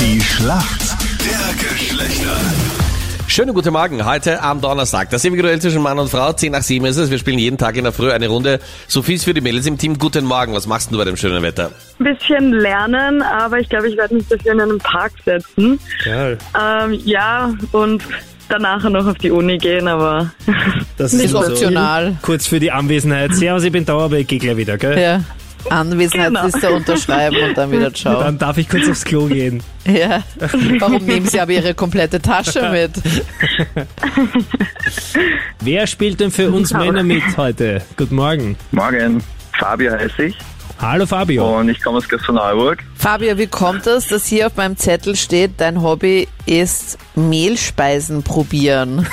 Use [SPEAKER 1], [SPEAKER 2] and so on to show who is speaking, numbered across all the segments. [SPEAKER 1] Die Schlacht der Geschlechter.
[SPEAKER 2] Schönen guten Morgen, heute am Donnerstag. Das individuell zwischen Mann und Frau, 10 nach 7 ist es. Wir spielen jeden Tag in der Früh eine Runde. Sophie ist für die Mädels im Team. Guten Morgen, was machst denn du bei dem schönen Wetter?
[SPEAKER 3] Ein bisschen lernen, aber ich glaube, ich werde mich dafür in einen Park setzen.
[SPEAKER 4] Geil.
[SPEAKER 3] Ähm, ja, und danach noch auf die Uni gehen, aber
[SPEAKER 4] Das
[SPEAKER 5] Ist
[SPEAKER 4] immer so.
[SPEAKER 5] optional.
[SPEAKER 4] Kurz für die Anwesenheit. Servus, ich bin da, aber ich gehe gleich wieder, gell?
[SPEAKER 5] Ja.
[SPEAKER 3] Genau.
[SPEAKER 5] Anwesenheitsliste unterschreiben und dann wieder ciao.
[SPEAKER 4] Dann darf ich kurz aufs Klo gehen.
[SPEAKER 5] Ja. Warum nehmen Sie aber Ihre komplette Tasche mit?
[SPEAKER 4] Wer spielt denn für uns Männer mit heute? Guten Morgen.
[SPEAKER 6] Morgen, Fabio heiße ich
[SPEAKER 4] Hallo Fabio.
[SPEAKER 6] und ich komme aus Gastronauburg.
[SPEAKER 5] Fabio, wie kommt es, dass hier auf meinem Zettel steht, dein Hobby ist Mehlspeisen probieren?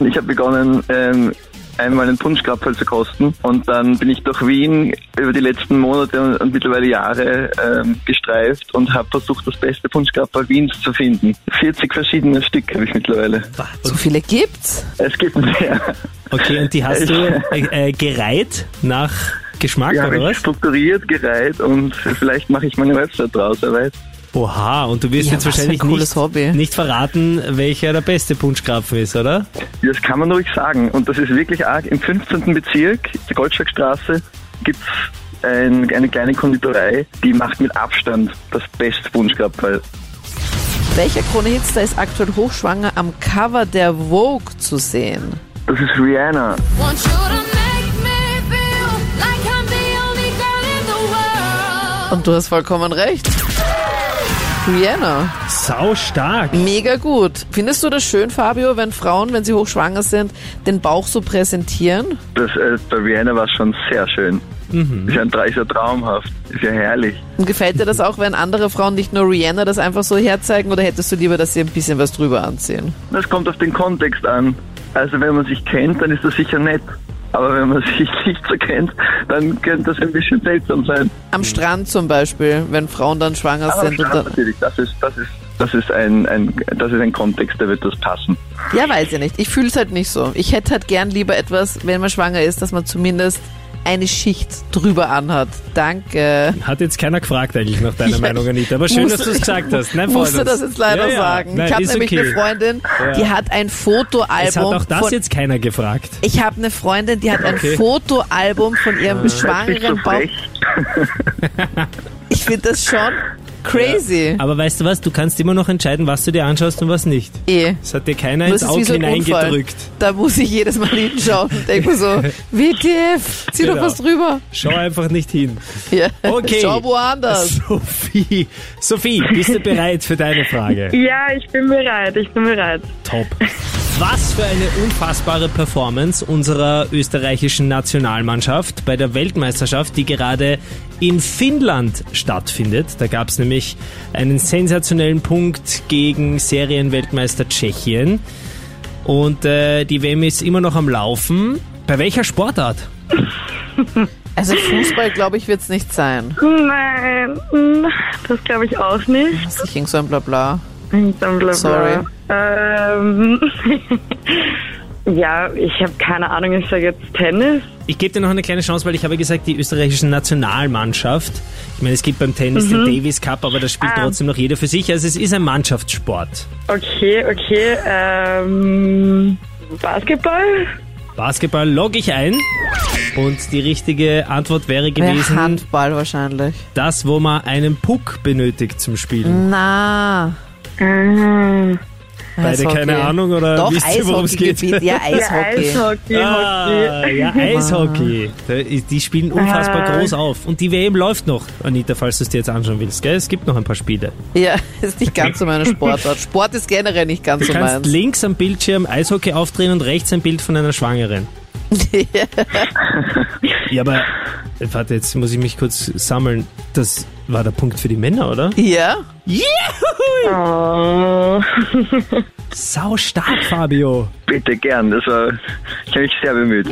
[SPEAKER 6] Ich habe begonnen, ähm, einmal einen Punschkrapfel zu kosten und dann bin ich durch Wien über die letzten Monate und, und mittlerweile Jahre ähm, gestreift und habe versucht, das beste Punschkrapfel Wiens zu finden. 40 verschiedene Stück habe ich mittlerweile.
[SPEAKER 5] So viele gibt's?
[SPEAKER 6] Es gibt mehr.
[SPEAKER 4] Okay, und die hast du äh, äh, gereiht nach Geschmack
[SPEAKER 6] Die habe
[SPEAKER 4] oder
[SPEAKER 6] ich
[SPEAKER 4] was?
[SPEAKER 6] strukturiert, gereiht und vielleicht mache ich meine Website draus, wer weiß.
[SPEAKER 4] Oha, und du wirst
[SPEAKER 5] Ja,
[SPEAKER 4] jetzt
[SPEAKER 5] was für ein
[SPEAKER 4] wahrscheinlich
[SPEAKER 5] cooles
[SPEAKER 4] nicht,
[SPEAKER 5] Hobby.
[SPEAKER 4] nicht verraten, welcher der beste Punschkrapfen ist, oder?
[SPEAKER 6] Das kann man ruhig sagen. Und das ist wirklich arg. Im 15. Bezirk, der Goldschlagstraße, gibt's ein, eine kleine Konditorei, die macht mit Abstand das beste Punschkrapfel.
[SPEAKER 5] Welcher Krone Hitster ist aktuell hochschwanger am Cover der Vogue zu sehen?
[SPEAKER 6] Das ist Rihanna.
[SPEAKER 7] Want you to make me feel like I'm the only girl in the world.
[SPEAKER 5] Und du hast vollkommen recht. Rihanna.
[SPEAKER 4] Sau stark.
[SPEAKER 5] Mega gut. Findest du das schön, Fabio, wenn Frauen, wenn sie hochschwanger sind, den Bauch so präsentieren?
[SPEAKER 6] Das, äh, bei Rihanna war schon sehr schön. Ist, ja ein, Tra- ist ja traumhaft. Ist ja herrlich.
[SPEAKER 5] Und gefällt dir das auch, wenn andere Frauen nicht nur Rihanna das einfach so herzeigen oder hättest du lieber, dass sie ein bisschen was drüber anziehen?
[SPEAKER 6] Das kommt auf den Kontext an. Also wenn man sich kennt, dann ist das sicher nett. Aber wenn man sich nicht so kennt, dann könnte das ein bisschen seltsam sein.
[SPEAKER 5] Am Strand zum Beispiel, wenn Frauen dann schwanger
[SPEAKER 6] Aber
[SPEAKER 5] sind. Und
[SPEAKER 6] klar,
[SPEAKER 5] dann,
[SPEAKER 6] natürlich, das ist, das ist, das ist ein, ein, das ist ein Kontext, da wird das passen.
[SPEAKER 5] ja, weiß ich nicht. Ich fühle es halt nicht so. Ich hätte halt gern lieber etwas, wenn man schwanger ist, dass man zumindest eine Schicht drüber anhat. Danke.
[SPEAKER 4] Hat jetzt keiner gefragt eigentlich nach deiner
[SPEAKER 5] Ja,
[SPEAKER 4] Meinung,
[SPEAKER 5] ich
[SPEAKER 4] Anita. Aber schön,
[SPEAKER 5] musste-
[SPEAKER 4] dass du es gesagt hast. Nein,
[SPEAKER 5] Ich
[SPEAKER 4] freut
[SPEAKER 5] musste
[SPEAKER 4] uns.
[SPEAKER 5] das jetzt leider
[SPEAKER 4] ja, ja.
[SPEAKER 5] sagen.
[SPEAKER 4] Nein,
[SPEAKER 5] ich habe
[SPEAKER 4] ist
[SPEAKER 5] nämlich
[SPEAKER 4] okay.
[SPEAKER 5] eine Freundin, die hat ein Fotoalbum
[SPEAKER 4] Es hat auch das
[SPEAKER 5] von
[SPEAKER 4] jetzt keiner gefragt.
[SPEAKER 5] Ich habe eine Freundin, die hat ein
[SPEAKER 4] Okay. Ah.
[SPEAKER 5] Fotoalbum von ihrem
[SPEAKER 6] Nicht so
[SPEAKER 5] schwangeren Bauch.
[SPEAKER 6] frech.
[SPEAKER 5] Ich finde das schon crazy.
[SPEAKER 4] Aber weißt du was, du kannst immer noch entscheiden, was du dir anschaust und was nicht.
[SPEAKER 5] Eh.
[SPEAKER 4] Das hat dir keiner
[SPEAKER 5] Das
[SPEAKER 4] ins
[SPEAKER 5] ist wie
[SPEAKER 4] Auge
[SPEAKER 5] so ein Unfall.
[SPEAKER 4] hineingedrückt.
[SPEAKER 5] Da muss ich jedes Mal hinschauen und denke mir so, WTF, zieh doch
[SPEAKER 4] Genau.
[SPEAKER 5] was drüber.
[SPEAKER 4] Schau einfach nicht hin.
[SPEAKER 5] Ja.
[SPEAKER 4] Okay.
[SPEAKER 5] Schau woanders.
[SPEAKER 4] Sophie, Sophie, bist du bereit für deine Frage?
[SPEAKER 3] ja, ich bin bereit, ich bin bereit.
[SPEAKER 4] Top. Was für eine unfassbare Performance unserer österreichischen Nationalmannschaft bei der Weltmeisterschaft, die gerade in Finnland stattfindet. Da gab es nämlich einen sensationellen Punkt gegen Serienweltmeister Tschechien. Und äh, die WM ist immer noch am Laufen. Bei welcher Sportart?
[SPEAKER 5] Also Fußball, glaube ich, wird es nicht sein.
[SPEAKER 3] Nein, hm, das glaube ich auch nicht.
[SPEAKER 5] Das ist nicht irgend so ein Blabla.
[SPEAKER 3] Und Dann bla bla.
[SPEAKER 5] Sorry.
[SPEAKER 3] Ähm, ja, ich habe keine Ahnung, ich sage jetzt Tennis.
[SPEAKER 4] Ich gebe dir noch eine kleine Chance, weil ich habe gesagt, die österreichische Nationalmannschaft. Ich meine, es gibt beim Tennis den Davis Cup, aber das spielt
[SPEAKER 3] Ah.
[SPEAKER 4] trotzdem noch jeder für sich. Also es ist ein Mannschaftssport.
[SPEAKER 3] Okay, okay. Ähm, Basketball?
[SPEAKER 4] Basketball logge ich ein. Und die richtige Antwort wäre
[SPEAKER 5] Wäre
[SPEAKER 4] gewesen,
[SPEAKER 5] Handball wahrscheinlich.
[SPEAKER 4] das, wo man einen Puck benötigt zum Spielen.
[SPEAKER 5] Na.
[SPEAKER 3] Ähm,
[SPEAKER 4] Beide
[SPEAKER 5] Eishockey.
[SPEAKER 4] keine Ahnung oder
[SPEAKER 5] Doch,
[SPEAKER 4] wisst ihr, worum es geht?
[SPEAKER 5] Eishockey-Gebiet. Ja,
[SPEAKER 3] ja,
[SPEAKER 5] Eishockey.
[SPEAKER 3] Eishockey,
[SPEAKER 4] Ah,
[SPEAKER 3] Hockey.
[SPEAKER 4] ja, Eishockey. Da ist- Die spielen unfassbar
[SPEAKER 3] Ah.
[SPEAKER 4] groß auf. Und die WM läuft noch, Anita, falls du es dir jetzt anschauen willst. Gell? Es gibt noch ein paar Spiele.
[SPEAKER 5] Ja, ist nicht ganz so meine Sportart. Sport ist generell nicht ganz
[SPEAKER 4] Du
[SPEAKER 5] so
[SPEAKER 4] kannst
[SPEAKER 5] meins.
[SPEAKER 4] links am Bildschirm Eishockey aufdrehen und rechts ein Bild von einer Schwangeren. ja, aber äh, warte, jetzt muss ich mich kurz sammeln. Das war der Punkt für die Männer, oder?
[SPEAKER 5] Ja?
[SPEAKER 4] Juhu!
[SPEAKER 3] Oh.
[SPEAKER 4] Sau stark, Fabio.
[SPEAKER 6] Also, Bitte gern, das war, ich habe mich sehr bemüht.